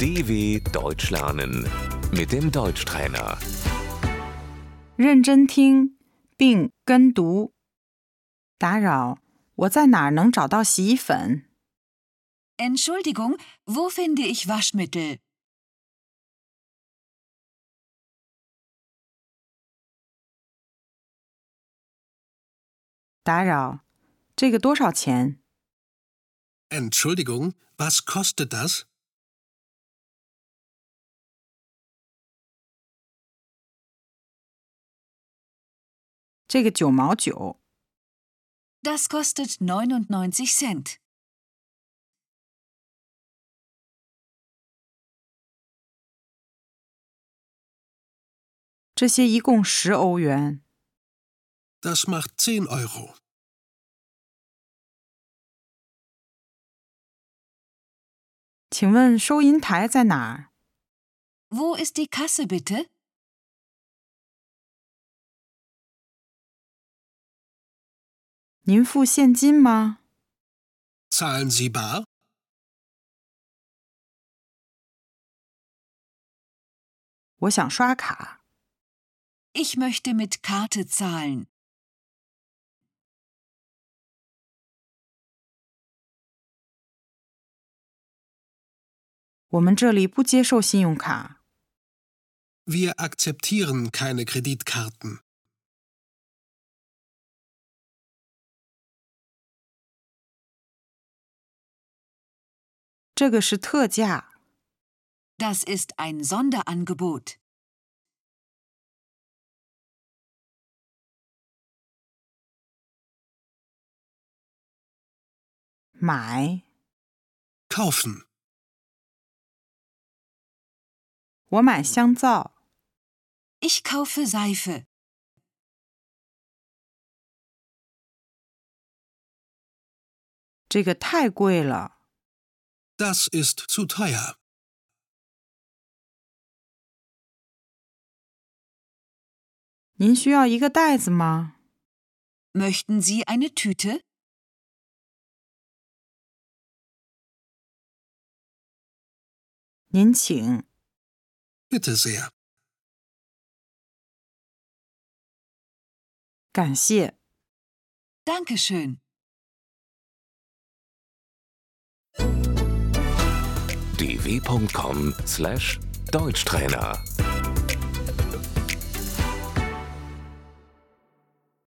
DW Deutsch lernen mit dem Deutschtrainer. 认真听并跟读。打扰，我在哪儿能找到洗衣粉？ Entschuldigung, wo finde ich Waschmittel? 打扰，这个多少钱？ Entschuldigung, was kostet das? 这个九毛九。 Das kostet 99 Cent. 这些一共十欧元。 Das macht 10 Euro. 请问收银台在哪儿？ Wo ist die Kasse bitte? 您付现金吗？ Zahlen Sie bar? 我想刷卡。 Ich möchte mit Karte zahlen. 我们这里不接受信用卡。 Wir akzeptieren keine Kreditkarten. 这个是特价。 Das ist ein Sonderangebot. 买， Kaufen. 我买香皂。 Ich kaufe Seife. 这个太贵了。 Das ist zu teuer. 您需要一个袋子吗？ Möchten Sie eine Tüte? 您请。 Bitte sehr. 感谢。 Dankeschön. dw.com/deutschtrainer